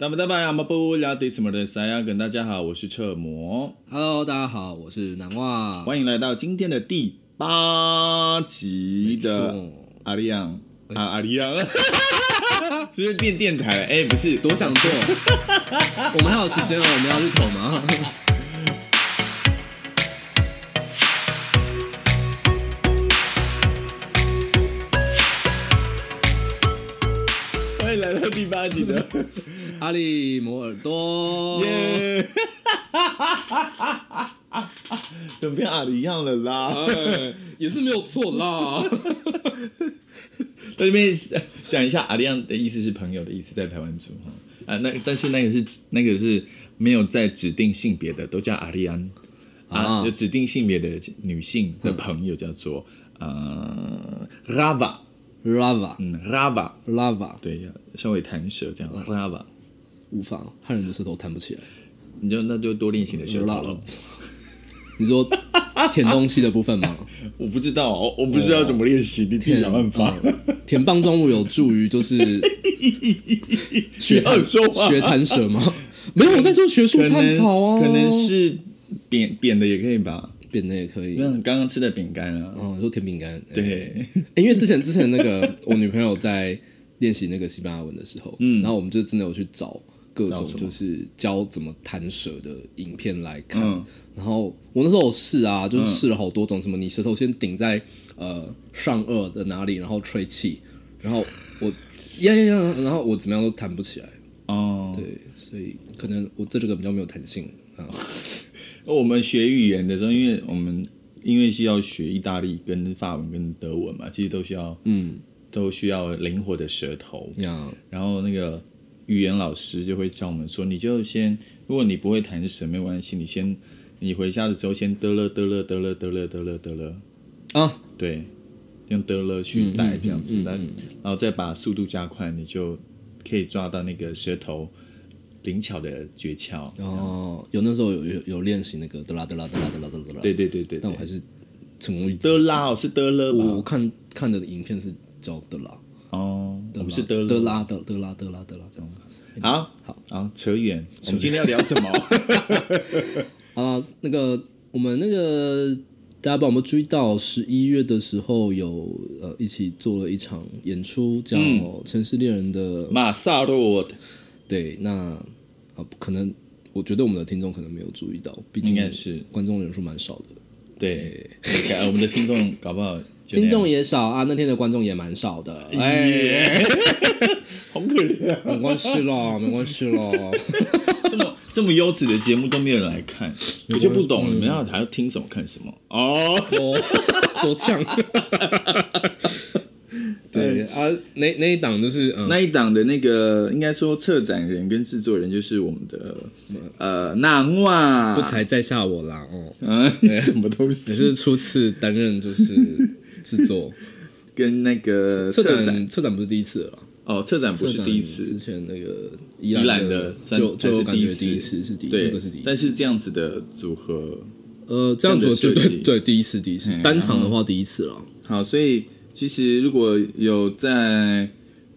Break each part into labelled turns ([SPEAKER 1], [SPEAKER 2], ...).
[SPEAKER 1] 大不大巴呀，马布拉迪斯摩的塞亚梗，大家好，我是彻魔，
[SPEAKER 2] Hello，大家好，我是南望。
[SPEAKER 1] 欢迎来到今天的第八集的
[SPEAKER 2] 错哎
[SPEAKER 1] 阿里昂啊阿里昂， 是不是变电台了？哎、不是，
[SPEAKER 2] 多想做， 我们还有时间哦，我们要去投吗？
[SPEAKER 1] 欢迎来到第八集 的
[SPEAKER 2] 阿里摩耳朵
[SPEAKER 1] 耶， 怎么变阿里昂了啦？
[SPEAKER 2] 哎也是没有错啦。
[SPEAKER 1] 在这边讲一下，阿亮的意思是朋友的意思，在台湾族哈啊，那但是那个是那个是没有在指定性别的，都叫阿丽安啊，
[SPEAKER 2] 啊
[SPEAKER 1] 有指定性别的女性的朋友叫做呃 Rava，
[SPEAKER 2] Lava
[SPEAKER 1] 嗯 Rava，
[SPEAKER 2] Lava
[SPEAKER 1] 对，要稍微弹舌这样
[SPEAKER 2] 嗯
[SPEAKER 1] Rava，
[SPEAKER 2] 无妨，汉人的舌头弹不起来。
[SPEAKER 1] 你就那就多练习你的舌头了
[SPEAKER 2] Lava。，你说 舔东西的部分吗？
[SPEAKER 1] 我不知道，哦我我不知道怎么练习，你自己想办法。
[SPEAKER 2] 嗯舔棒状物有助于就是 学
[SPEAKER 1] 你
[SPEAKER 2] 弹
[SPEAKER 1] 要说话
[SPEAKER 2] 学弹舌吗？没有，我在做学术
[SPEAKER 1] 可
[SPEAKER 2] 探
[SPEAKER 1] 能
[SPEAKER 2] 讨啊，
[SPEAKER 1] 可能是扁扁的也可以吧，
[SPEAKER 2] 扁的也可以。
[SPEAKER 1] 像刚刚吃的饼干啊，
[SPEAKER 2] 哦，你说甜饼干，哎
[SPEAKER 1] 对。
[SPEAKER 2] 欸因为之前之前那个我女朋友在练习那个西班牙文的时候，嗯，然后我们就真的有去找各
[SPEAKER 1] 找
[SPEAKER 2] 种
[SPEAKER 1] 什么
[SPEAKER 2] 就是教怎么弹舌的影片来看，
[SPEAKER 1] 嗯
[SPEAKER 2] 然后我那时候有试啊，就是试了好多种，什么你舌头先顶在呃上颚的哪里，然后吹气，然后我呀呀呀，然后我怎么样都弹不起来，
[SPEAKER 1] 哦，
[SPEAKER 2] 对，所以可能我这这个比较没有弹性啊，
[SPEAKER 1] 我们学语言的时候，因为我们因为是要学意大利跟法文跟德文嘛，其实都需要
[SPEAKER 2] 嗯
[SPEAKER 1] 都需要灵活的舌头。
[SPEAKER 2] 呀，
[SPEAKER 1] 然后那个语言老师就会教我们说，你就先，如果你不会弹舌没有关系，你先你回家的时候先得了得了得了得了得了得了，
[SPEAKER 2] 啊，
[SPEAKER 1] 对，用得了去带这样子
[SPEAKER 2] 嗯嗯，嗯
[SPEAKER 1] 那、然后再把速度加快，你就可以抓到那个舌头灵巧的诀窍。
[SPEAKER 2] 然后有那时候有有有练习那个德拉德拉德拉德拉德拉，
[SPEAKER 1] 对对对对对
[SPEAKER 2] 但我，还是成功率低。
[SPEAKER 1] 得啦哦是得了吧？
[SPEAKER 2] 我我看看的影片是叫德拉，
[SPEAKER 1] 哦，我
[SPEAKER 2] 我
[SPEAKER 1] 们是德
[SPEAKER 2] 德
[SPEAKER 1] 勒。
[SPEAKER 2] 拉德德拉德拉德拉这样。
[SPEAKER 1] 好，好，好，扯远。我们今天要聊什 么？
[SPEAKER 2] 啊，那个我们那个大家帮我们注意到，十一月的时候有呃一起做了一场演出，叫
[SPEAKER 1] 嗯
[SPEAKER 2] 《城市猎人》的。
[SPEAKER 1] 马萨洛特
[SPEAKER 2] 对，那啊可能我觉得我们的听众可能没有注意到，毕
[SPEAKER 1] 应
[SPEAKER 2] 竟
[SPEAKER 1] 该是
[SPEAKER 2] 观众人数蛮少的。
[SPEAKER 1] 对，你看我们的听众搞不好就那
[SPEAKER 2] 听
[SPEAKER 1] 样
[SPEAKER 2] 众也少啊，那天的观众也蛮少的，哎，
[SPEAKER 1] 好可怜啊，
[SPEAKER 2] 没关系咯，没关系咯。
[SPEAKER 1] 这么这么优质的节目都没有人来 看，我就不
[SPEAKER 2] 嗯
[SPEAKER 1] 懂你们要还要听什么看什么哦。
[SPEAKER 2] 多呃 多呛。对啊，那那一档就是嗯，
[SPEAKER 1] 嗯那一档的那个应该说策展人跟制作人就是我们的呃南哇，
[SPEAKER 2] 嗯不 才在下我啦哦，
[SPEAKER 1] 嗯，什么东
[SPEAKER 2] 也
[SPEAKER 1] 西
[SPEAKER 2] 是初次担 任就是制作
[SPEAKER 1] 跟那个
[SPEAKER 2] 策
[SPEAKER 1] 策展
[SPEAKER 2] 展，策展不是第一次了啦，
[SPEAKER 1] 哦，策展不是
[SPEAKER 2] 策展
[SPEAKER 1] 第一次，
[SPEAKER 2] 之前那个宜
[SPEAKER 1] 宜兰
[SPEAKER 2] 的
[SPEAKER 1] 的算
[SPEAKER 2] 就
[SPEAKER 1] 才
[SPEAKER 2] 就有
[SPEAKER 1] 是
[SPEAKER 2] 感
[SPEAKER 1] 第一
[SPEAKER 2] 觉
[SPEAKER 1] 次，
[SPEAKER 2] 第一次是第一，
[SPEAKER 1] 对，
[SPEAKER 2] 那个是第一
[SPEAKER 1] 但
[SPEAKER 2] 次，
[SPEAKER 1] 是这样子的组合，
[SPEAKER 2] 呃，这样子我
[SPEAKER 1] 这
[SPEAKER 2] 就
[SPEAKER 1] 样的设计
[SPEAKER 2] 对对第一次第一次
[SPEAKER 1] 嗯
[SPEAKER 2] 单场的话第一次了，
[SPEAKER 1] 好，所以其实如果有在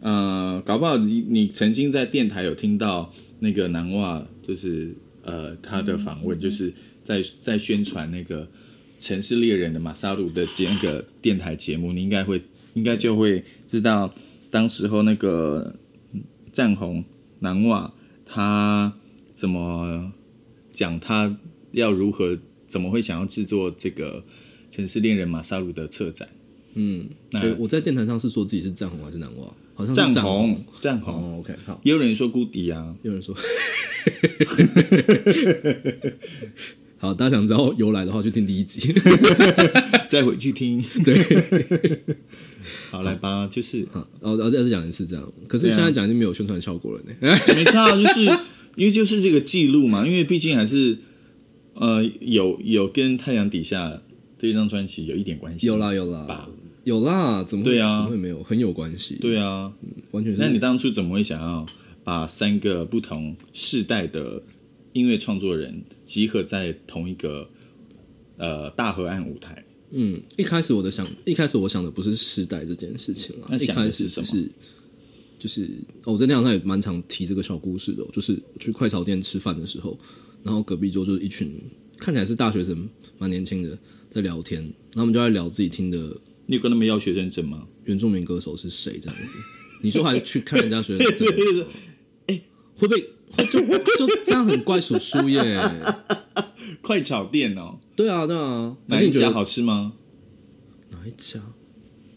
[SPEAKER 1] 呃，搞不好你你曾经在电台有听到那个南袜，就是呃他的访问，就是在在宣传那个《城市猎人》的马萨鲁的那个电台节目，你应该会应该就会知道，当时候那个嗯战红南袜他怎么讲他要如何怎么会想要制作这个《城市猎人》马萨鲁的策展。
[SPEAKER 2] 嗯，对，我在电台上是说自己是战红还是南瓜，好像
[SPEAKER 1] 战
[SPEAKER 2] 是嗯红
[SPEAKER 1] 红，战红，
[SPEAKER 2] 哦，OK，好，
[SPEAKER 1] 也有人说孤迪啊，
[SPEAKER 2] 有人说， 好，大家想知道由来的话，去听第一集。
[SPEAKER 1] 再回去听。
[SPEAKER 2] 对，
[SPEAKER 1] 好，来吧，就是
[SPEAKER 2] 好，然后然后再讲一次这样。可
[SPEAKER 1] 啊
[SPEAKER 2] 是现在讲就没有宣传效果了 呢。
[SPEAKER 1] 没差，啊就是因为就是这个记录嘛，因为毕竟还是呃有有跟太阳底下这张专辑有一点关系。
[SPEAKER 2] 有，啦有啦
[SPEAKER 1] 吧
[SPEAKER 2] 有啦，怎么会
[SPEAKER 1] 对啊
[SPEAKER 2] 怎么会没有？很有关系，
[SPEAKER 1] 对啊，
[SPEAKER 2] 完全是。
[SPEAKER 1] 那你当初怎么会想要把三个不同世代的音乐创作人集合在同一个呃大河岸舞台？
[SPEAKER 2] 嗯，一开始我的想，一开始我想的不是时代这件事情啦，啊
[SPEAKER 1] 那
[SPEAKER 2] 一
[SPEAKER 1] 想的
[SPEAKER 2] 开
[SPEAKER 1] 是
[SPEAKER 2] 始
[SPEAKER 1] 什
[SPEAKER 2] 只
[SPEAKER 1] 么
[SPEAKER 2] 是就是哦我在那样，他也蛮常提这个小故事的哦、就是去快炒店吃饭的时候，然后隔壁桌就是一群看起来是大学生，蛮年轻的，在聊天，然后我们就在聊自己听的
[SPEAKER 1] 你有跟他们要学生证吗？
[SPEAKER 2] 原住民歌手是谁这 样子。你说还去看人家学生证，会被会就就这样很怪叔叔耶？
[SPEAKER 1] 快炒店哦，
[SPEAKER 2] 对啊，对啊，还
[SPEAKER 1] 哪
[SPEAKER 2] 是
[SPEAKER 1] 一
[SPEAKER 2] 你觉
[SPEAKER 1] 家
[SPEAKER 2] 得
[SPEAKER 1] 好吃吗？
[SPEAKER 2] 哪一家？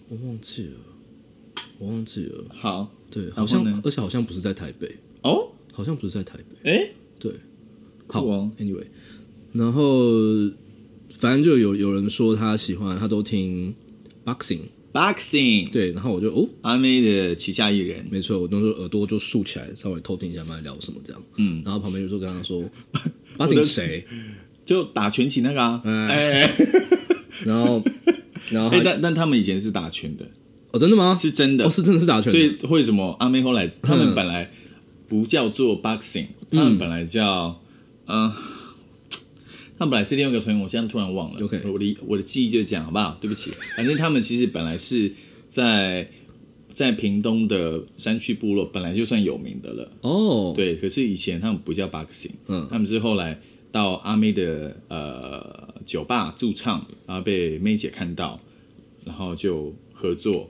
[SPEAKER 2] 我忘记了，我忘记了。
[SPEAKER 1] 好
[SPEAKER 2] 对，好
[SPEAKER 1] 后
[SPEAKER 2] 像
[SPEAKER 1] 呢
[SPEAKER 2] 而且好像不是在台北，
[SPEAKER 1] 哦，
[SPEAKER 2] 好像不是在台北。
[SPEAKER 1] 哎，
[SPEAKER 2] 好、
[SPEAKER 1] 酷哦
[SPEAKER 2] a n y w a y 然后反正就有有人说他喜欢，他都听 boxing，
[SPEAKER 1] Boxing，
[SPEAKER 2] 对，然后我就哦，
[SPEAKER 1] 阿妹的旗下艺人，
[SPEAKER 2] 没错，我那时候耳朵就竖起来，稍微偷听一下他们在聊什么这样。嗯，然后旁边有时候跟 他说 boxing 谁，
[SPEAKER 1] 就打拳击那个啊，哎、哎，
[SPEAKER 2] 然后然后他、
[SPEAKER 1] 哎但但他们以前是打拳的，
[SPEAKER 2] 哦真的吗？
[SPEAKER 1] 是真的，
[SPEAKER 2] 哦是真的是打拳
[SPEAKER 1] 所
[SPEAKER 2] 的，
[SPEAKER 1] 以为什么阿妹后来他们本来不叫做 Boxing，、他
[SPEAKER 2] 嗯
[SPEAKER 1] 们本来叫嗯。他们本来是另外一个团，我现在突然忘了。
[SPEAKER 2] OK
[SPEAKER 1] 我的我的记忆就这样，好不好？对不起，反正他们其实本来是在在屏东的山区部落，本来就算有名的了。
[SPEAKER 2] 哦，
[SPEAKER 1] 对，可是以前他们不叫 boxing，
[SPEAKER 2] 嗯
[SPEAKER 1] 他们是后来到阿妹的呃酒吧驻唱，然后被妹姐看到，然后就合作，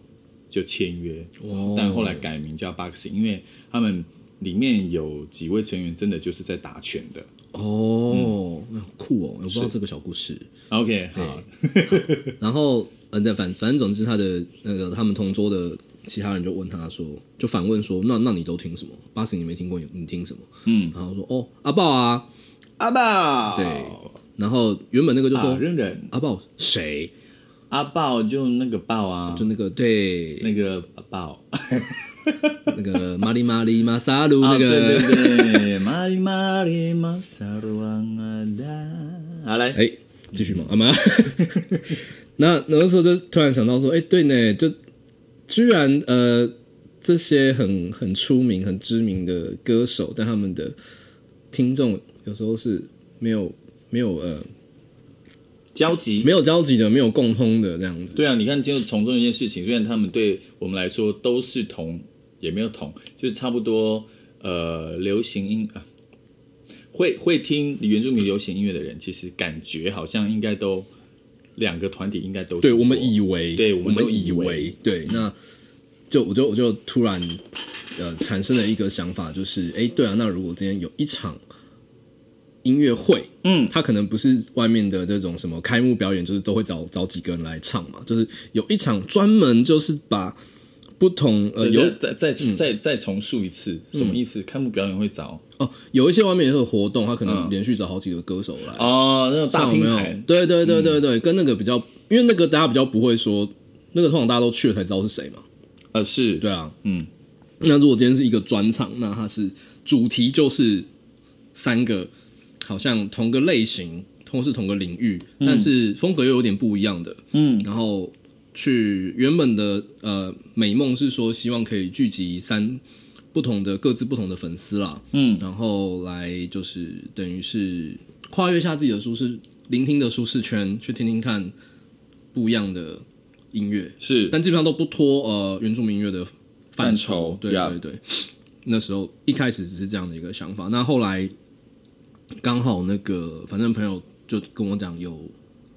[SPEAKER 1] 就签约，
[SPEAKER 2] 哦
[SPEAKER 1] 但后来改名叫 boxing，因为他们里面有几位成员真的就是在打拳的。
[SPEAKER 2] 哦，哎好酷哦，我不知道这个小故事。
[SPEAKER 1] OK，好，
[SPEAKER 2] 然后，嗯，对，反反正总之，他的那个他们同桌的其他人就问他说，就反问说，那那你都听什么？八十你没听过，你你听什么？嗯，然后说哦，阿豹啊，
[SPEAKER 1] 阿豹，
[SPEAKER 2] 对然后原本那个就
[SPEAKER 1] 哦啊，
[SPEAKER 2] 说
[SPEAKER 1] 认人，
[SPEAKER 2] 阿豹谁？
[SPEAKER 1] 阿豹就那个豹啊，
[SPEAKER 2] 就那个对
[SPEAKER 1] 那个豹，
[SPEAKER 2] 那个玛丽玛丽玛萨鲁那
[SPEAKER 1] 啊对
[SPEAKER 2] 个，
[SPEAKER 1] 对 对，玛丽玛丽玛萨鲁昂阿达，好来，
[SPEAKER 2] 哎，继续嘛，阿妈。 那那时候就突然想到说，哎，对呢，就居然呃这些很很出名、很知名的歌手，但他们的听众有时候是没有没有呃
[SPEAKER 1] 交集
[SPEAKER 2] 没有交集的，没有共通的这样子。
[SPEAKER 1] 对啊，你看，就从中一件事情，虽然他们对我们来说都是同，也没有同，就是差不多。呃，流行音啊，会会听原住民流行音乐的人，其实感觉好像应该都两个团体应该都
[SPEAKER 2] 对
[SPEAKER 1] 听
[SPEAKER 2] 我们
[SPEAKER 1] 过
[SPEAKER 2] 以为，
[SPEAKER 1] 对我
[SPEAKER 2] 我
[SPEAKER 1] 们都以
[SPEAKER 2] 以
[SPEAKER 1] 为
[SPEAKER 2] 对，那就我就我就突然呃产生了一个想法，就是哎，对啊，那如果今天有一场音乐会，
[SPEAKER 1] 嗯，
[SPEAKER 2] 它可能不是外面的这种什么开幕表演，就是都会找找几个人来唱嘛，就是有一场专门就是把不同呃
[SPEAKER 1] 对
[SPEAKER 2] 有嗯
[SPEAKER 1] 再再再再重述一次，什么意思？开幕表演会找
[SPEAKER 2] 哦有一些外面也有活动，他可能连续找好几个歌手来
[SPEAKER 1] 嗯哦，那种大
[SPEAKER 2] 唱有
[SPEAKER 1] 平
[SPEAKER 2] 没有
[SPEAKER 1] 台？嗯
[SPEAKER 2] 对对对对对，跟那个比较，因为那个大家比较不会说，那个通常大家都去了才知道是谁嘛。
[SPEAKER 1] 呃是
[SPEAKER 2] 对啊，
[SPEAKER 1] 嗯。
[SPEAKER 2] 那如果今天是一个专场，那它是主题就是三个好像同个类型，同是同个领域，但是风格又有点不一样的，
[SPEAKER 1] 嗯，
[SPEAKER 2] 然后去原本的呃美梦是说希望可以聚集三不同的各自不同的粉丝啦，
[SPEAKER 1] 嗯，
[SPEAKER 2] 然后来就是等于是跨越一下自己的舒适聆听的舒适圈，去听听看不一样的音乐，
[SPEAKER 1] 是
[SPEAKER 2] 但基本上都不脱呃原住民音乐的范
[SPEAKER 1] 范
[SPEAKER 2] 畴
[SPEAKER 1] 畴。
[SPEAKER 2] 对
[SPEAKER 1] yeah
[SPEAKER 2] 对对，那时候一开始只是这样的一个想法，那后来刚好那个反正朋友就跟我讲有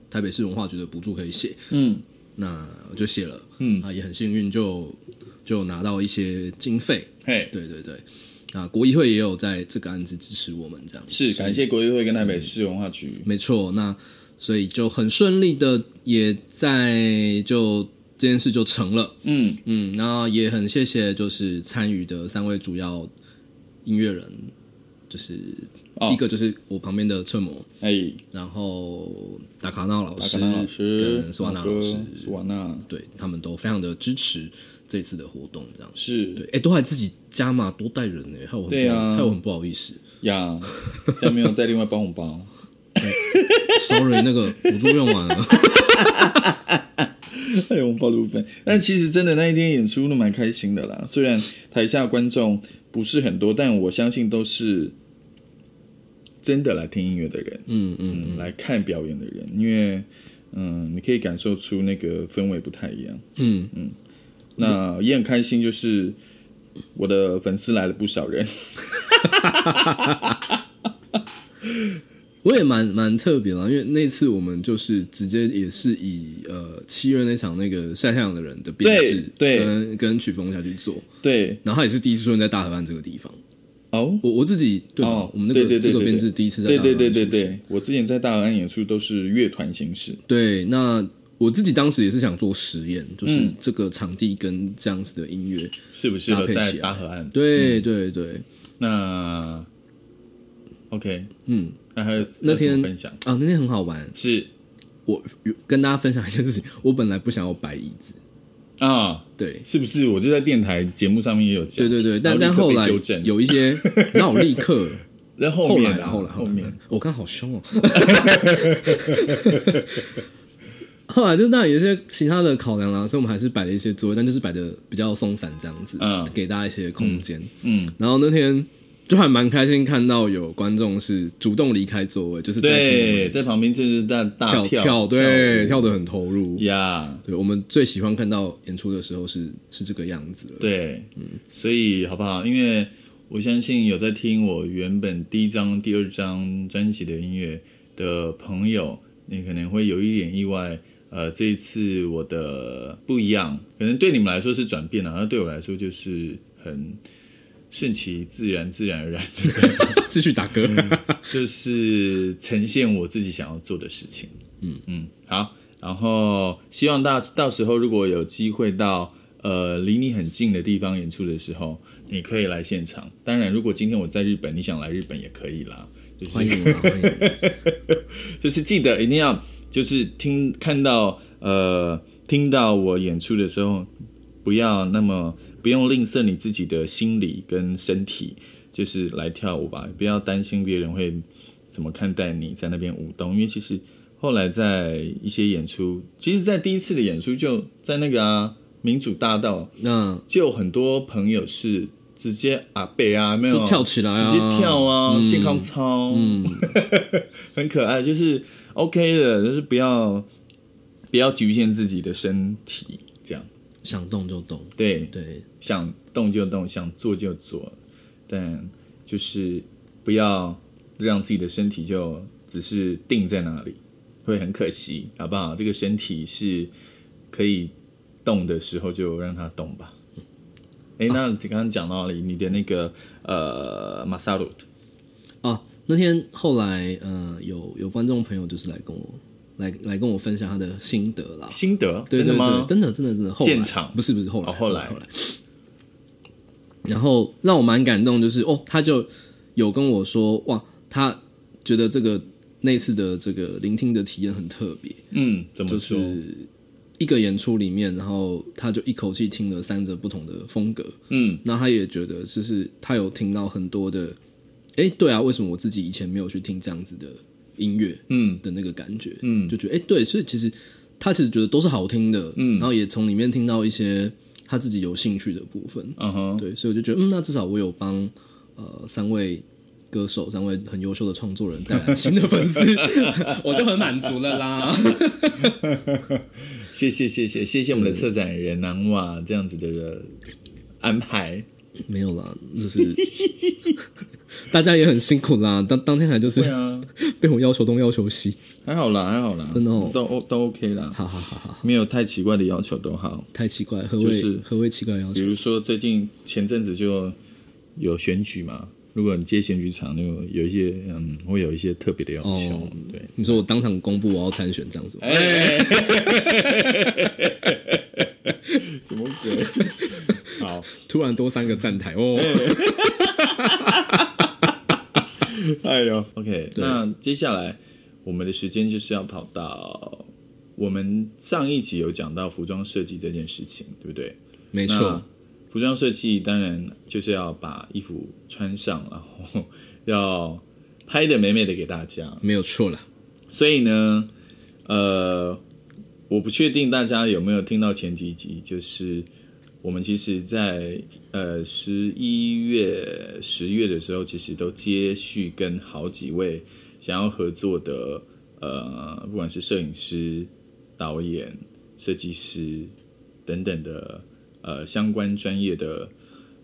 [SPEAKER 2] 台北市文化局的补助可以写，
[SPEAKER 1] 嗯，
[SPEAKER 2] 那我就写了，
[SPEAKER 1] 嗯
[SPEAKER 2] 啊也很幸运就就拿到一些经费，
[SPEAKER 1] 嘿
[SPEAKER 2] 对对对。那国议会也有在这个案子支持我们，这样
[SPEAKER 1] 是感谢国议会跟台北市文化局，
[SPEAKER 2] 没错，那所以就很顺利的，也在就这件事就成了。
[SPEAKER 1] 嗯
[SPEAKER 2] 嗯，那也很谢谢就是参与的三位主要音乐人，就是、
[SPEAKER 1] 哦
[SPEAKER 2] 一个就是我旁边的侧模，
[SPEAKER 1] 哎，
[SPEAKER 2] 然后达卡闹老
[SPEAKER 1] 阿
[SPEAKER 2] 师
[SPEAKER 1] 卡纳老师
[SPEAKER 2] 跟苏瓦娜
[SPEAKER 1] 毛哥
[SPEAKER 2] 老师，
[SPEAKER 1] 苏瓦娜
[SPEAKER 2] 对他们都非常的支持这次的活动，这样。
[SPEAKER 1] 是
[SPEAKER 2] 对，哎、都还自己加码多带人呢、害我很不好
[SPEAKER 1] 对啊
[SPEAKER 2] 害我很不好意思。
[SPEAKER 1] 呀，现在没有再另外包红包。
[SPEAKER 2] Sorry，那个补助用完了。啊
[SPEAKER 1] 哎，我们暴露部分。但其实真的那一天演出都蛮开心的啦，虽然台下观众不是很多，但我相信都是真的来听音乐的人，
[SPEAKER 2] 嗯嗯，
[SPEAKER 1] 嗯，来看表演的人，因为嗯，你可以感受出那个氛围不太一样。
[SPEAKER 2] 嗯
[SPEAKER 1] 嗯，那也很开心，就是我的粉丝来了不少人。
[SPEAKER 2] 我也蛮蛮特别啊啦，因为那次我们就是直接也是以呃七月那场那个晒太阳的人的编制
[SPEAKER 1] 对对
[SPEAKER 2] 跟跟曲风下去做，
[SPEAKER 1] 对，
[SPEAKER 2] 然后他也是第一次出现在大河岸这个地方。
[SPEAKER 1] 哦，
[SPEAKER 2] 我我自己对吧？
[SPEAKER 1] 哦，
[SPEAKER 2] 我们那个
[SPEAKER 1] 对对对
[SPEAKER 2] 这个
[SPEAKER 1] 对
[SPEAKER 2] 编
[SPEAKER 1] 对
[SPEAKER 2] 制第一次在
[SPEAKER 1] 对
[SPEAKER 2] 大河
[SPEAKER 1] 对
[SPEAKER 2] 岸
[SPEAKER 1] 对对
[SPEAKER 2] 出现
[SPEAKER 1] 对，我之前在大安演出都是乐团形式。
[SPEAKER 2] 对，那我自己当时也是想做实验，
[SPEAKER 1] 嗯
[SPEAKER 2] 就是这个场地跟这样子的音乐，
[SPEAKER 1] 适不适合
[SPEAKER 2] 搭配
[SPEAKER 1] 在
[SPEAKER 2] 起来
[SPEAKER 1] 大河岸？
[SPEAKER 2] 对对对
[SPEAKER 1] 那 OK，
[SPEAKER 2] 嗯，
[SPEAKER 1] 那还有
[SPEAKER 2] 那
[SPEAKER 1] 有什么
[SPEAKER 2] 天
[SPEAKER 1] 分享
[SPEAKER 2] 啊，那天很好玩。
[SPEAKER 1] 是
[SPEAKER 2] 我跟大家分享一件事情，我本来不想要摆椅子，
[SPEAKER 1] 啊，
[SPEAKER 2] 对
[SPEAKER 1] 是不是？我就在电台节目上面也有讲，
[SPEAKER 2] 对对对，
[SPEAKER 1] 然
[SPEAKER 2] 但但
[SPEAKER 1] 立刻
[SPEAKER 2] 后
[SPEAKER 1] 被
[SPEAKER 2] 来
[SPEAKER 1] 纠正，
[SPEAKER 2] 有 一些，然后我立刻
[SPEAKER 1] 然后
[SPEAKER 2] 后
[SPEAKER 1] 后
[SPEAKER 2] 来
[SPEAKER 1] 面
[SPEAKER 2] 啦
[SPEAKER 1] 啊
[SPEAKER 2] 后来
[SPEAKER 1] 后面，，
[SPEAKER 2] 我看好凶哦。 后来就当然有一些其他的考量啦，所以我们还是摆了一些座位，但就是摆的比较松散这样子，
[SPEAKER 1] 嗯
[SPEAKER 2] 给大家一些空间。
[SPEAKER 1] 嗯，
[SPEAKER 2] 然后那天就还蛮开心，看到有观众是主动离开座位，就是在听我
[SPEAKER 1] 对，
[SPEAKER 2] 们
[SPEAKER 1] 在旁边就是大大
[SPEAKER 2] 跳
[SPEAKER 1] 跳
[SPEAKER 2] 对，
[SPEAKER 1] 跳
[SPEAKER 2] 跳的很投入
[SPEAKER 1] 舞。呀，
[SPEAKER 2] 对，我们最喜欢看到演出的时候是是这个样子 了。
[SPEAKER 1] 对，所以好不好？因为我相信有在听我原本第一张、第二张专辑的音乐的朋友，你可能会有一点意外。呃，这一次我的不一样，可能对你们来说是转变了，而对我来说就是很顺其自然、自然而然，
[SPEAKER 2] 继续打歌，
[SPEAKER 1] 就是呈现我自己想要做的事情。嗯嗯，好。然后希望大到时候如果有机会到呃离你很近的地方演出的时候，你可以来现场。当然，如果今天我在日本，你想来日本也可以啦。就
[SPEAKER 2] 欢
[SPEAKER 1] 是
[SPEAKER 2] 迎啊，欢迎！
[SPEAKER 1] 就是记得一定要就是听看到呃听到我演出的时候，不要那么不用吝啬你自己的心理跟身体，就是来跳舞吧，不要担心别人会怎么看待你在那边舞动，因为其实后来在一些演出，其实，在第一次的演出就在那个啊民主大道，
[SPEAKER 2] 那
[SPEAKER 1] 就有很多朋友是直接阿贝啊，没有
[SPEAKER 2] 就跳起来啊，
[SPEAKER 1] 直接跳啊，健康操， 很可爱，就是 OK 的，就是不要不要局限自己的身体，这样
[SPEAKER 2] 想动就动，
[SPEAKER 1] 对，
[SPEAKER 2] 对，
[SPEAKER 1] 想动就动，想做就做，但就是不要让自己的身体就只是定在那里，会很可惜，好不好？这个身体是可以动的时候就让它动吧。哎、那你刚刚讲到了你的那个呃马萨鲁，
[SPEAKER 2] 啊，那天后来呃，有有观众朋友就是来跟我来来跟我分享他的心得啦。
[SPEAKER 1] 心得，
[SPEAKER 2] 对对
[SPEAKER 1] 真的吗
[SPEAKER 2] 对，？真的真的真的，后来
[SPEAKER 1] 现场
[SPEAKER 2] 不是不是后来、
[SPEAKER 1] 哦后来
[SPEAKER 2] 后来，然后让我蛮感动，就是哦，他就有跟我说哇，他觉得这个那次的这个聆听的体验很特别，
[SPEAKER 1] 嗯，怎么
[SPEAKER 2] 就
[SPEAKER 1] 说？
[SPEAKER 2] 是一个演出里面，然后他就一口气听了三则不同的风格，
[SPEAKER 1] 嗯，
[SPEAKER 2] 那他也觉得就是他有听到很多的，哎、对啊，为什么我自己以前没有去听这样子的音乐
[SPEAKER 1] 嗯
[SPEAKER 2] 的那个感觉，
[SPEAKER 1] 嗯
[SPEAKER 2] 就觉得哎、诶对，所以其实他其实觉得都是好听的，嗯，然后也从里面听到一些他自己有兴趣的部分，
[SPEAKER 1] 嗯哼，
[SPEAKER 2] 对，所以我就觉得嗯，那至少我有帮呃三位。歌手三位很优秀的创作人带来新的粉丝， 我就很满足了啦。
[SPEAKER 1] 谢谢谢谢谢谢我们的策展人南瓦这样子的安排，
[SPEAKER 2] 没有啦，就是大家也很辛苦啦。当当天还就是
[SPEAKER 1] 对啊，
[SPEAKER 2] 被我要求东要求西，
[SPEAKER 1] 还好啦还好啦，
[SPEAKER 2] 真的哦
[SPEAKER 1] 都都 OK 啦，
[SPEAKER 2] 哈哈哈哈，
[SPEAKER 1] 没有太奇怪的要求都好。
[SPEAKER 2] 太奇怪，何
[SPEAKER 1] 就
[SPEAKER 2] 谓、
[SPEAKER 1] 是嗯
[SPEAKER 2] 何谓奇怪的要
[SPEAKER 1] 比
[SPEAKER 2] 求？
[SPEAKER 1] 如说最近前阵子就有选举嘛，如果你接选举场，就有一些嗯会有一些特别的要求，
[SPEAKER 2] 哦
[SPEAKER 1] 对。
[SPEAKER 2] 你说我当场公布我要参选这样子吗，
[SPEAKER 1] 哎，什么鬼？好，
[SPEAKER 2] 突然多三个站台哦，
[SPEAKER 1] 哎呦，OK，那接下来我们的时间就是要跑到我们上一集有讲到服装设计这件事情，对不对？
[SPEAKER 2] 没
[SPEAKER 1] 那
[SPEAKER 2] 错，
[SPEAKER 1] 服装设计当然就是要把衣服穿上，然后要拍的美美的给大家。
[SPEAKER 2] 没有错了。
[SPEAKER 1] 所以呢，呃，我不确定大家有没有听到前几集，就是我们其实在呃十一月、十月的时候，其实都接续跟好几位想要合作的呃，不管是摄影师、导演、设计师等等的呃相关专业的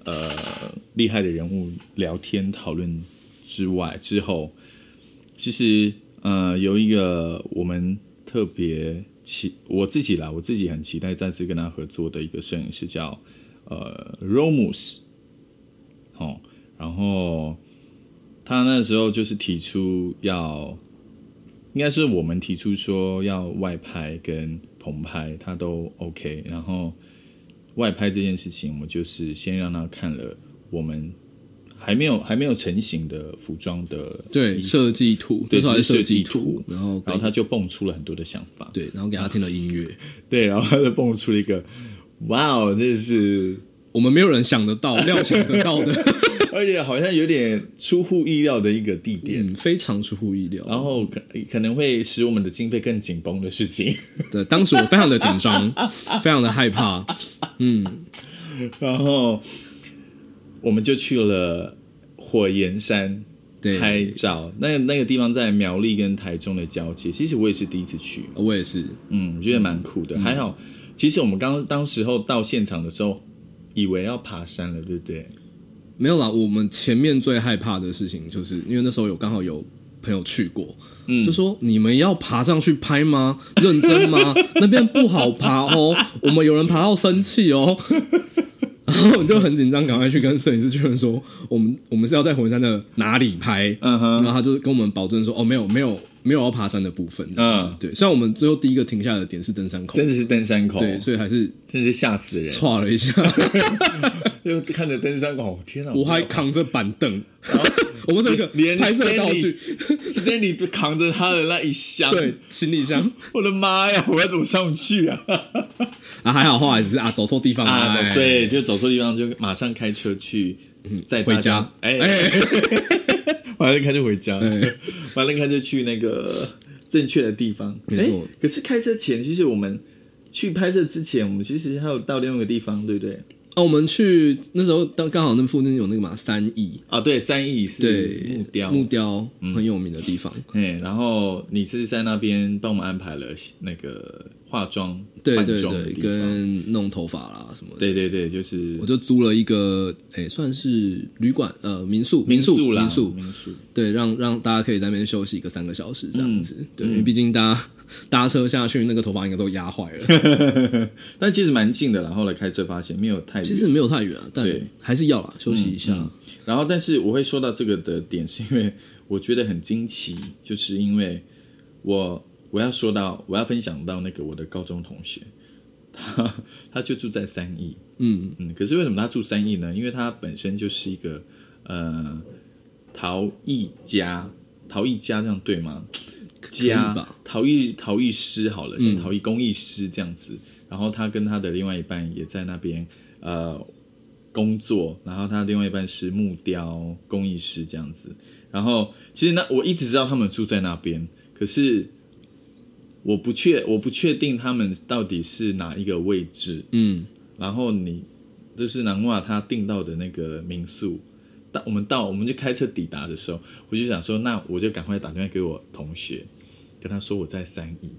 [SPEAKER 1] 呃厉害的人物聊天讨论之外，之后其实呃有一个我们特别期我自己啦，我自己很期待再次跟他合作的一个摄影师叫呃 Romus，哦，然后他那时候就是提出要。应该是我们提出说要外拍跟棚拍，他都 OK。然后外拍这件事情，我们就是先让他看了我们还没有还没有成型的服装的，
[SPEAKER 2] 对设计图，
[SPEAKER 1] 嗯对
[SPEAKER 2] 那时候还是
[SPEAKER 1] 就是设计
[SPEAKER 2] 计
[SPEAKER 1] 图哎
[SPEAKER 2] 然后
[SPEAKER 1] 然后他就蹦出了很多的想法，
[SPEAKER 2] 对，然后给他听了音乐，
[SPEAKER 1] 对，然后他就蹦出了一个，哇哦，这是，
[SPEAKER 2] 我们没有人想得到、料想得到的，
[SPEAKER 1] 而且好像有点出乎意料的一个地点，
[SPEAKER 2] 嗯，非常出乎意料。
[SPEAKER 1] 然后可可能会使我们的经费更紧绷的事情。
[SPEAKER 2] 对，当时我非常的紧张，非常的害怕。
[SPEAKER 1] 然后我们就去了火焰山拍
[SPEAKER 2] 对，
[SPEAKER 1] 照。那那个地方在苗栗跟台中的交界，其实我也是第一次去，
[SPEAKER 2] 我也是，
[SPEAKER 1] 嗯，我觉得蛮酷的。还好，其实我们刚当时候到现场的时候，以为要爬山了，对不对？
[SPEAKER 2] 没有啦。我们前面最害怕的事情，就是因为那时候有刚好有朋友去过，
[SPEAKER 1] 嗯
[SPEAKER 2] 就说你们要爬上去拍吗？认真吗？ 那边不好爬哦，我们有人爬到生气哦。 然后我们就很紧张，赶快去跟摄影师确认说，我们我们是要在火山的哪里拍？
[SPEAKER 1] 嗯
[SPEAKER 2] 然
[SPEAKER 1] 哼，
[SPEAKER 2] 后他就跟我们保证说，哦，没有没有没有要爬山的部分。
[SPEAKER 1] 嗯
[SPEAKER 2] 嗯，对。虽然我们最后第一个停下来的点是登山口，
[SPEAKER 1] 真的是登山口，
[SPEAKER 2] 对，所以还是
[SPEAKER 1] 真是吓死人！
[SPEAKER 2] 错了一下，
[SPEAKER 1] 就看着登山口，天哪！
[SPEAKER 2] 我还扛着板凳， 我们这个
[SPEAKER 1] 哦连
[SPEAKER 2] 拍摄道具，
[SPEAKER 1] Stanley 就扛着他的那一 箱，
[SPEAKER 2] 对，行李箱
[SPEAKER 1] 我的妈呀！我要怎么上去啊？
[SPEAKER 2] 啊，还好后来只是啊走错地方了，
[SPEAKER 1] 啊，
[SPEAKER 2] 哎，
[SPEAKER 1] 对，就走错地方就马上开车去，再
[SPEAKER 2] 嗯回家，
[SPEAKER 1] 哎，
[SPEAKER 2] 哎，
[SPEAKER 1] 马上开车回家，
[SPEAKER 2] 哎
[SPEAKER 1] 马上开车去那个正确的地方。
[SPEAKER 2] 没错
[SPEAKER 1] 哎可是开车前，其实我们去拍摄之前，我们其实还有到另外一个地方，对不对？
[SPEAKER 2] 哦，我们去那时候刚刚好那附近有那个嘛三义，
[SPEAKER 1] 啊，对，三义是
[SPEAKER 2] 对，
[SPEAKER 1] 木雕，嗯
[SPEAKER 2] 木雕很有名的地方，
[SPEAKER 1] 哎，然后你是在那边帮我们安排了那个化妆，
[SPEAKER 2] 对
[SPEAKER 1] 换
[SPEAKER 2] 对
[SPEAKER 1] 装的
[SPEAKER 2] 对，
[SPEAKER 1] 地方
[SPEAKER 2] 跟弄头发啦什么的。
[SPEAKER 1] 对对对，就是
[SPEAKER 2] 我就租了一个，哎、算是旅馆，呃，民宿，
[SPEAKER 1] 民
[SPEAKER 2] 宿，
[SPEAKER 1] 啦，
[SPEAKER 2] 民宿，
[SPEAKER 1] 民宿，
[SPEAKER 2] 对，让让大家可以在那边休息个三个小时这样子，
[SPEAKER 1] 嗯
[SPEAKER 2] 对，因为毕竟大家搭 车下去，那个头发应该都压坏了。
[SPEAKER 1] 但其实蛮近的啦。后来开车发现没有太远，
[SPEAKER 2] 其实没有太远啊，但
[SPEAKER 1] 对嗯
[SPEAKER 2] 还是要啦，休息一下。
[SPEAKER 1] 然后，但是我会说到这个的点，是因为我觉得很惊奇，就是因为我我要说到，我要分享到那个我的高中同学，他他就住在三义，
[SPEAKER 2] 嗯
[SPEAKER 1] 嗯，可是为什么他住三义呢？因为他本身就是一个呃陶艺家，陶艺家这样对吗？
[SPEAKER 2] 以
[SPEAKER 1] 家
[SPEAKER 2] 吧嗯
[SPEAKER 1] 陶艺陶艺师好了，像陶艺工艺师这样子。然后他跟他的另外一半也在那边呃工作，然后他另外一半是木雕工艺师这样子。然后其实那我一直知道他们住在那边，可是我不确我不确定他们到底是哪一个位置。
[SPEAKER 2] 嗯，
[SPEAKER 1] 然后你就是南瓜他订到的那个民宿，到我们到我们就开车抵达的时候，我就想说，那我就赶快打电话给我同学，跟他说我在三义。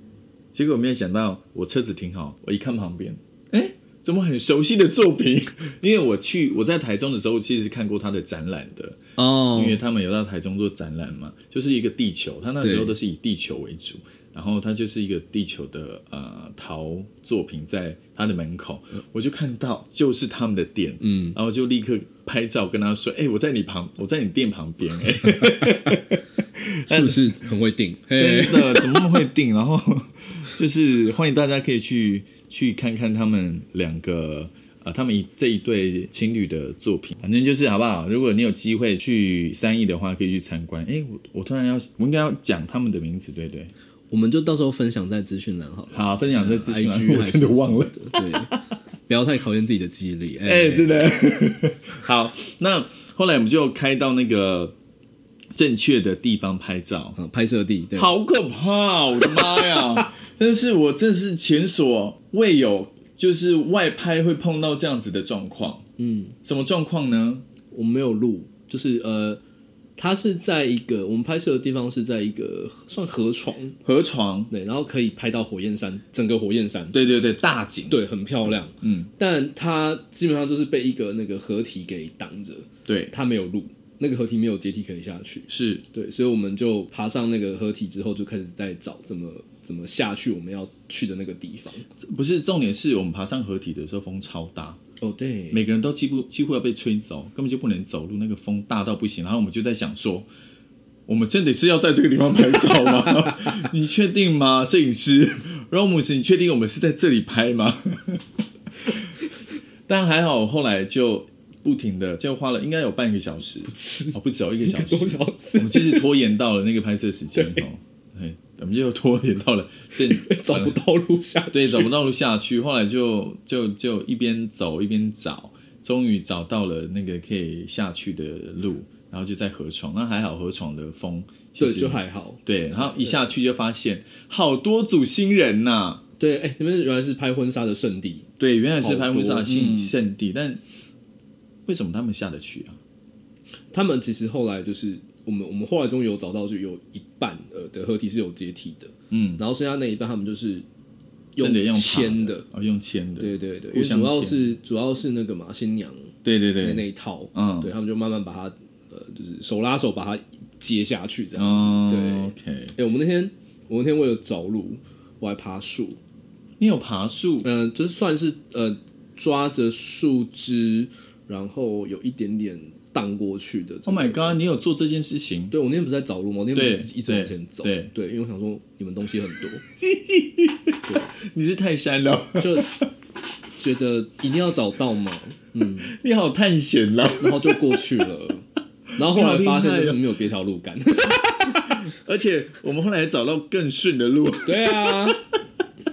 [SPEAKER 1] 结果没有想到，我车子停好，我一看旁边，哎，怎么很熟悉的作品？ 因为我去我在台中的时候，其实是看过他的展览的，
[SPEAKER 2] 哦
[SPEAKER 1] 因，为他们有到台中做展览嘛，就是一个地球，他那时候
[SPEAKER 2] 对
[SPEAKER 1] 都是以地球为主，然后它就是一个地球的呃陶作品在他的门口，我就看到就是他们的店，嗯，然后就立刻拍照跟他说，哎、我在你旁，我在你店旁边、哎，
[SPEAKER 2] 是不是很会定？嘿，
[SPEAKER 1] 真的怎么那么会定？然后 就是欢迎大家可以去去看看他们两个。啊，他们一这一对情侣的作品，反正就是好不好？如果你有机会去三义的话，可以去参观。哎、我我突然要，我应该要讲他们的名字，对不对？
[SPEAKER 2] 我们就到时候分享在资讯栏好了。
[SPEAKER 1] 好，分享这资讯栏
[SPEAKER 2] IG
[SPEAKER 1] 我
[SPEAKER 2] 啊还是
[SPEAKER 1] 真的忘了。
[SPEAKER 2] 什么 的，对，不要太考验自己的记忆力。哎、
[SPEAKER 1] 哎、真的。 好，那后来我们就开到那个正确的地方拍照，
[SPEAKER 2] 嗯，拍摄地对，
[SPEAKER 1] 好可怕！我的妈呀！但是我真是前所未有，就是外拍会碰到这样子的状况。嗯，什么状况呢？
[SPEAKER 2] 我们没有录，就是呃，它是在一个我们拍摄的地方是在一个算河床，
[SPEAKER 1] 河床，
[SPEAKER 2] 对，然后可以拍到火焰山，整个火焰山，
[SPEAKER 1] 对对对，大景，
[SPEAKER 2] 对，很漂亮，
[SPEAKER 1] 嗯，
[SPEAKER 2] 但它基本上就是被一个那个河体给挡着，
[SPEAKER 1] 对，
[SPEAKER 2] 它没有路，那个河体没有阶梯可以下去，
[SPEAKER 1] 是，
[SPEAKER 2] 对，所以我们就爬上那个河体之后，就开始在找怎么怎么下去我们要去的那个地方。
[SPEAKER 1] 不是重点是我们爬上河体的时候风超大，
[SPEAKER 2] 哦，对，
[SPEAKER 1] 每个人都几乎几乎要被吹走，根本就不能走路，那个风大到不行。然后我们就在想说，我们真的是要在这个地方拍照吗？ 你确定吗，摄影师 r o m u s 你确定我们是在这里拍吗？ 但还好，后来就不停的，就花了应该有半个小时，不止哦，不止哦，一个小时，
[SPEAKER 2] 多少 次
[SPEAKER 1] 我们其实拖延到了那个拍摄时间哦， 对，我们就拖延到了正
[SPEAKER 2] 找不到路下去，
[SPEAKER 1] 对，找不到路下去，后来就就就一边走一边找，终于找到了那个可以下去的路，然后就在河床。那还好，河床的风其
[SPEAKER 2] 对，
[SPEAKER 1] 实
[SPEAKER 2] 就还好。
[SPEAKER 1] 对，然后一下去就发现好多组新人呐、
[SPEAKER 2] 对，哎、你们原来是拍婚纱的圣地，
[SPEAKER 1] 对，原来是拍婚纱
[SPEAKER 2] 好
[SPEAKER 1] 的
[SPEAKER 2] 多
[SPEAKER 1] 圣
[SPEAKER 2] 嗯
[SPEAKER 1] 圣地，但为什么他们下得去啊？
[SPEAKER 2] 他们其实后来就是我们我们后来终于有找到，就有一半呃的合体是有阶梯的，
[SPEAKER 1] 嗯，
[SPEAKER 2] 然后剩下那一半他们就是
[SPEAKER 1] 真的用爬
[SPEAKER 2] 签
[SPEAKER 1] 的，哦，用签的，
[SPEAKER 2] 对对对，因
[SPEAKER 1] 互
[SPEAKER 2] 为
[SPEAKER 1] 相
[SPEAKER 2] 主要
[SPEAKER 1] 牵
[SPEAKER 2] 是主要是那个嘛新娘
[SPEAKER 1] 对对
[SPEAKER 2] 那
[SPEAKER 1] 对，
[SPEAKER 2] 那一套，
[SPEAKER 1] 嗯
[SPEAKER 2] 对他们就慢慢把它呃就是手拉手把它接下去这样子，
[SPEAKER 1] 哦
[SPEAKER 2] 对，
[SPEAKER 1] ，OK，
[SPEAKER 2] 哎、我们那天我那天为了找路，我还爬树，
[SPEAKER 1] 你有爬树，
[SPEAKER 2] 嗯、就是算是呃抓着树枝，然后有一点点荡过去的这
[SPEAKER 1] Oh
[SPEAKER 2] 个。
[SPEAKER 1] my god！你有做这件事情？
[SPEAKER 2] 对，我那天不是在找路吗？我那天不
[SPEAKER 1] 对
[SPEAKER 2] 是自己一直往前走，
[SPEAKER 1] 对
[SPEAKER 2] 因为我想说你们东西很多，
[SPEAKER 1] 你是泰山了，
[SPEAKER 2] 就觉得一定要找到嘛，
[SPEAKER 1] 你好探险了。
[SPEAKER 2] 然后就过去了，然后后来发现就是没有别条路干，
[SPEAKER 1] 而且我们后来找到更顺的路。
[SPEAKER 2] 对啊，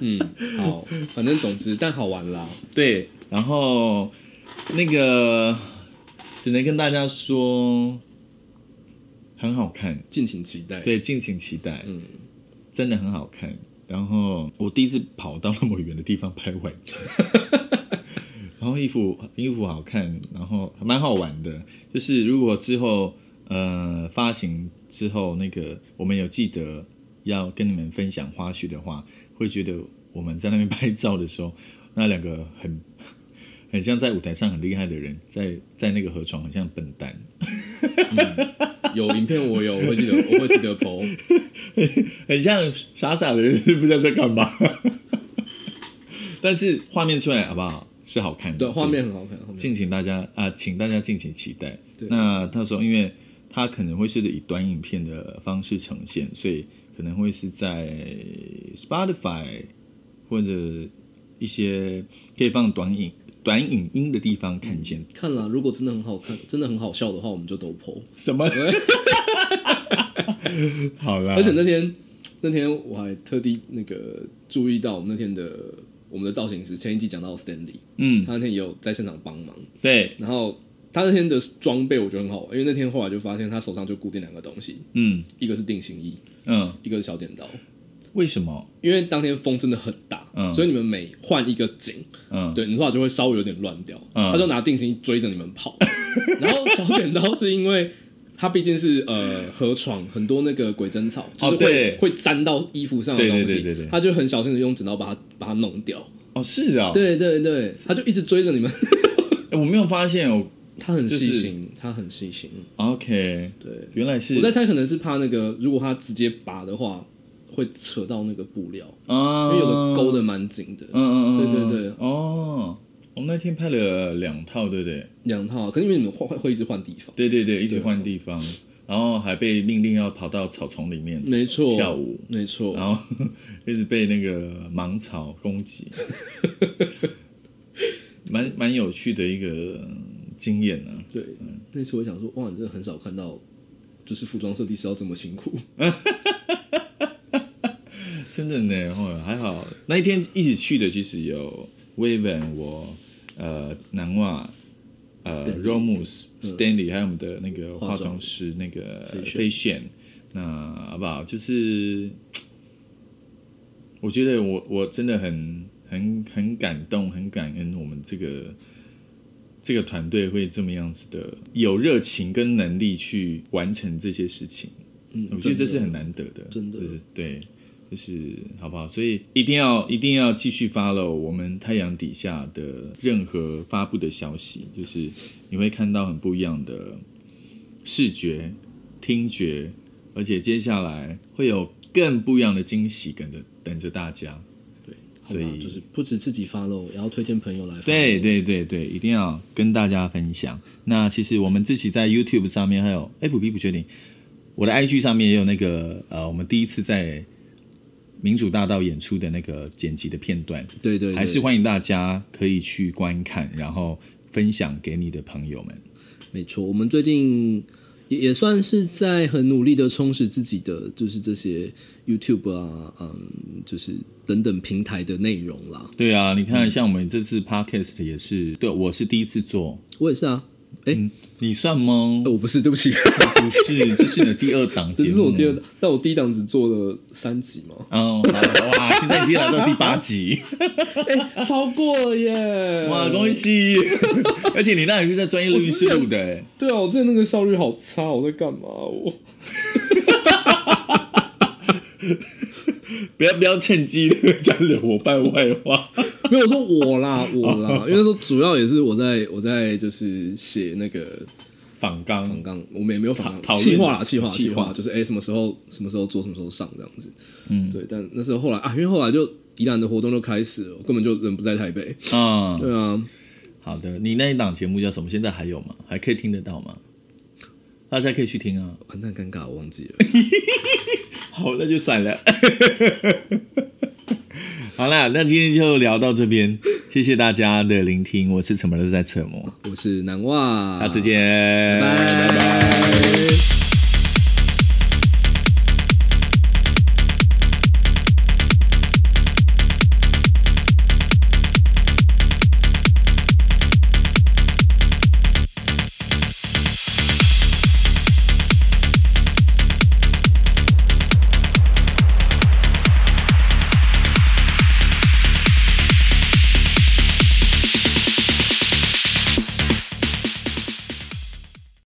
[SPEAKER 2] 嗯，好，反正总之但好玩啦，
[SPEAKER 1] 对，然后那个只能跟大家说，很好看，
[SPEAKER 2] 敬请期待，
[SPEAKER 1] 对，敬请期待，
[SPEAKER 2] 嗯，
[SPEAKER 1] 真的很好看。然后我第一次跑到那么远的地方拍外 景，然后衣服衣服好看，然后蛮好玩的。就是如果之后呃发行之后，那个我们有记得要跟你们分享花絮的话，会觉得我们在那边拍照的时候，那两个很很像在舞台上很厉害的人，在在那个河床很像笨蛋，
[SPEAKER 2] 有影片我有，我会记得，我会记得播。
[SPEAKER 1] 很像傻傻的人，不知道在干嘛。 但是画面出来好不好？是好看的，
[SPEAKER 2] 对，画
[SPEAKER 1] 是
[SPEAKER 2] 面很好看，画面
[SPEAKER 1] 敬请大家啊、请大家敬请期待。
[SPEAKER 2] 对
[SPEAKER 1] 那到时候因为它可能会是以短影片的方式呈现，所以可能会是在 Spotify 或者一些可以放短影短影音的地方看见。
[SPEAKER 2] 看啦，如果真的很好看，真的很好笑的话，我们就都 PO。
[SPEAKER 1] 什么？ 好啦，
[SPEAKER 2] 而且那天那天我还特地那个注意到我们那天的我们的造型师，前一集讲到 Stanley，
[SPEAKER 1] 嗯，
[SPEAKER 2] 他那天也有在现场帮忙。
[SPEAKER 1] 对，
[SPEAKER 2] 然后他那天的装备我觉得很好玩，因为那天后来就发现他手上就固定两个东西，
[SPEAKER 1] 嗯
[SPEAKER 2] 一个是定型衣，
[SPEAKER 1] 嗯，
[SPEAKER 2] 一个是小剪刀。
[SPEAKER 1] 为什么？
[SPEAKER 2] 因为当天风真的很大，
[SPEAKER 1] 嗯
[SPEAKER 2] 所以你们每换一个景，
[SPEAKER 1] 嗯，
[SPEAKER 2] 对，你说话就会稍微有点乱掉。
[SPEAKER 1] 嗯
[SPEAKER 2] 他就拿定型衣追着你们 跑，然后小剪刀是因为它毕竟是呃河床，很多那个鬼针草，就是
[SPEAKER 1] 哦
[SPEAKER 2] 会、
[SPEAKER 1] 对
[SPEAKER 2] 会沾到衣服上的东西，
[SPEAKER 1] 对对对对对
[SPEAKER 2] 他就很小心的用剪刀把它把它弄掉。
[SPEAKER 1] 哦，是啊、
[SPEAKER 2] 对对对，他就一直追着你 们，
[SPEAKER 1] 欸我没有发现哦。
[SPEAKER 2] 他很
[SPEAKER 1] 就是
[SPEAKER 2] 细心，他很细心。
[SPEAKER 1] OK，
[SPEAKER 2] 对，
[SPEAKER 1] 原来是
[SPEAKER 2] 我在猜可能是怕那个，如果他直接拔的话，会扯到那个布料，因
[SPEAKER 1] 啊，
[SPEAKER 2] 为有的勾的蛮紧的。
[SPEAKER 1] 嗯嗯嗯，
[SPEAKER 2] 对对对
[SPEAKER 1] 哦，我们那天拍了两套，对不对？
[SPEAKER 2] 两套，啊可能因为你们换会会一直换地方，
[SPEAKER 1] 对对对，一直换地方，然后还被命令要跑到草丛里面
[SPEAKER 2] 没错，
[SPEAKER 1] 跳舞，啊
[SPEAKER 2] 没错，
[SPEAKER 1] 然后一直被那个芒草攻 击，蛮蛮有趣的一个嗯经验啊。
[SPEAKER 2] 对，那次我想说，哇，你真的很少看到，就是服装设计师要这么 辛苦。
[SPEAKER 1] 真的呢，后还好那一天一起去的，其实有 Waven 我呃南袜呃
[SPEAKER 2] Stanley 嗯
[SPEAKER 1] Romus Stanley，、还有我们的那个化
[SPEAKER 2] 化妆
[SPEAKER 1] 妆师那个
[SPEAKER 2] Fei-Shen
[SPEAKER 1] 飞线，那好不好？就是我觉得我我真的很很很感动，很感恩我们这个这个团队会这么样子的有热情跟能力去完成这些事情。
[SPEAKER 2] 嗯，
[SPEAKER 1] 我觉得这是
[SPEAKER 2] 真的
[SPEAKER 1] 很难得的，
[SPEAKER 2] 真的
[SPEAKER 1] 就是对，就是好不好？所以一定要一定要继续 follow 我们太阳底下的任何发布的消息，就是你会看到很不一样的视觉、听觉，而且接下来会有更不一样的惊喜跟着等着大家。
[SPEAKER 2] 好吧
[SPEAKER 1] 所以
[SPEAKER 2] 就是不止自己发喽，也要推荐朋友来。
[SPEAKER 1] 对，对对对，一定要跟大家分享。那其实我们自己在 YouTube 上面还有 FB 不确定，我的 IG 上面也有那个呃，我们第一次在民主大道演出的那个剪辑的片段，
[SPEAKER 2] 对对，对
[SPEAKER 1] 还是欢迎大家可以去观看，然后分享给你的朋友们。
[SPEAKER 2] 没错，我们最近也也算是在很努力的充实自己的，就是这些 YouTube 啊，嗯，就是等等平台的内容啦。
[SPEAKER 1] 对啊，你看，像我们这次 Podcast 也是，对我是第一次做，
[SPEAKER 2] 我也是啊，
[SPEAKER 1] 你算吗
[SPEAKER 2] 呃？我不是，对 不起，
[SPEAKER 1] 不是，这是你的第二档节
[SPEAKER 2] 这
[SPEAKER 1] 目，
[SPEAKER 2] 是我第二，但我第一档只做了三集 嘛，
[SPEAKER 1] 哦，好哇，现在已经来到第八集。
[SPEAKER 2] 超过了耶！
[SPEAKER 1] 哇，恭！喜！ 而且你那也是在专业录音室录的、欸，
[SPEAKER 2] 对啊，我之前那个效率好差，我在干嘛？啊我
[SPEAKER 1] 不要不要趁机这样惹我办外 话。
[SPEAKER 2] 没有我说 我啦，我
[SPEAKER 1] 哦
[SPEAKER 2] 啦，因为说主要也是我在我在就是写那个
[SPEAKER 1] 仿纲
[SPEAKER 2] 反，纲，我们也没有反
[SPEAKER 1] 讨
[SPEAKER 2] 纲，
[SPEAKER 1] 讨
[SPEAKER 2] 气
[SPEAKER 1] 论
[SPEAKER 2] 化啦，气化，
[SPEAKER 1] 企
[SPEAKER 2] 气
[SPEAKER 1] 划
[SPEAKER 2] 化，就是哎、什么时候什么时候做，什么时候上这样子。嗯，对。但那时候后来啊，因为后来就宜兰的活动都开始了，我根本就人不在台北。
[SPEAKER 1] 嗯，
[SPEAKER 2] 对啊，
[SPEAKER 1] 好的。你那一档节目叫什么？现在还有吗？还可以听得到吗？大家可以去听啊。
[SPEAKER 2] 完蛋，尴尬，我忘记了。
[SPEAKER 1] 好，那就算了。 好啦，那今天就聊到这边，谢谢大家的聆听，我是什么都在扯磨，
[SPEAKER 2] 我是南袜，
[SPEAKER 1] 下次见，
[SPEAKER 2] 拜
[SPEAKER 1] 拜拜